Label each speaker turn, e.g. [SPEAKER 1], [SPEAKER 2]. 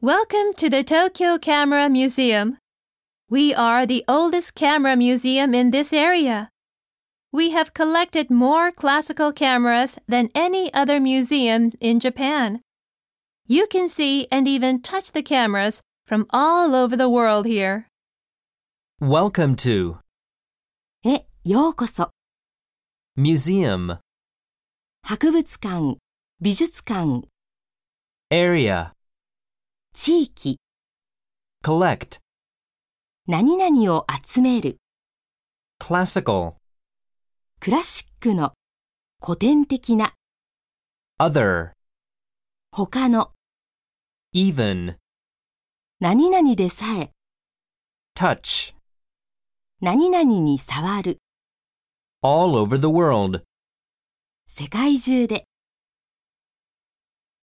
[SPEAKER 1] Welcome to the Tokyo Camera Museum. We are the oldest camera museum in this area. We have collected more classical cameras than any other museum in Japan. You can see and even touch the cameras from all over the world here.
[SPEAKER 2] Welcome to
[SPEAKER 3] へ、ようこそ。
[SPEAKER 2] Museum
[SPEAKER 3] 博物館、美術館、
[SPEAKER 2] Area
[SPEAKER 3] 地域、
[SPEAKER 2] Collect
[SPEAKER 3] 何々を集める。
[SPEAKER 2] Classical
[SPEAKER 3] クラシックの、古典的な、
[SPEAKER 2] Other
[SPEAKER 3] 他の、
[SPEAKER 2] Even
[SPEAKER 3] 何々でさえ、
[SPEAKER 2] Touch
[SPEAKER 3] 何々に触る。
[SPEAKER 2] All over the world
[SPEAKER 3] 世界中で。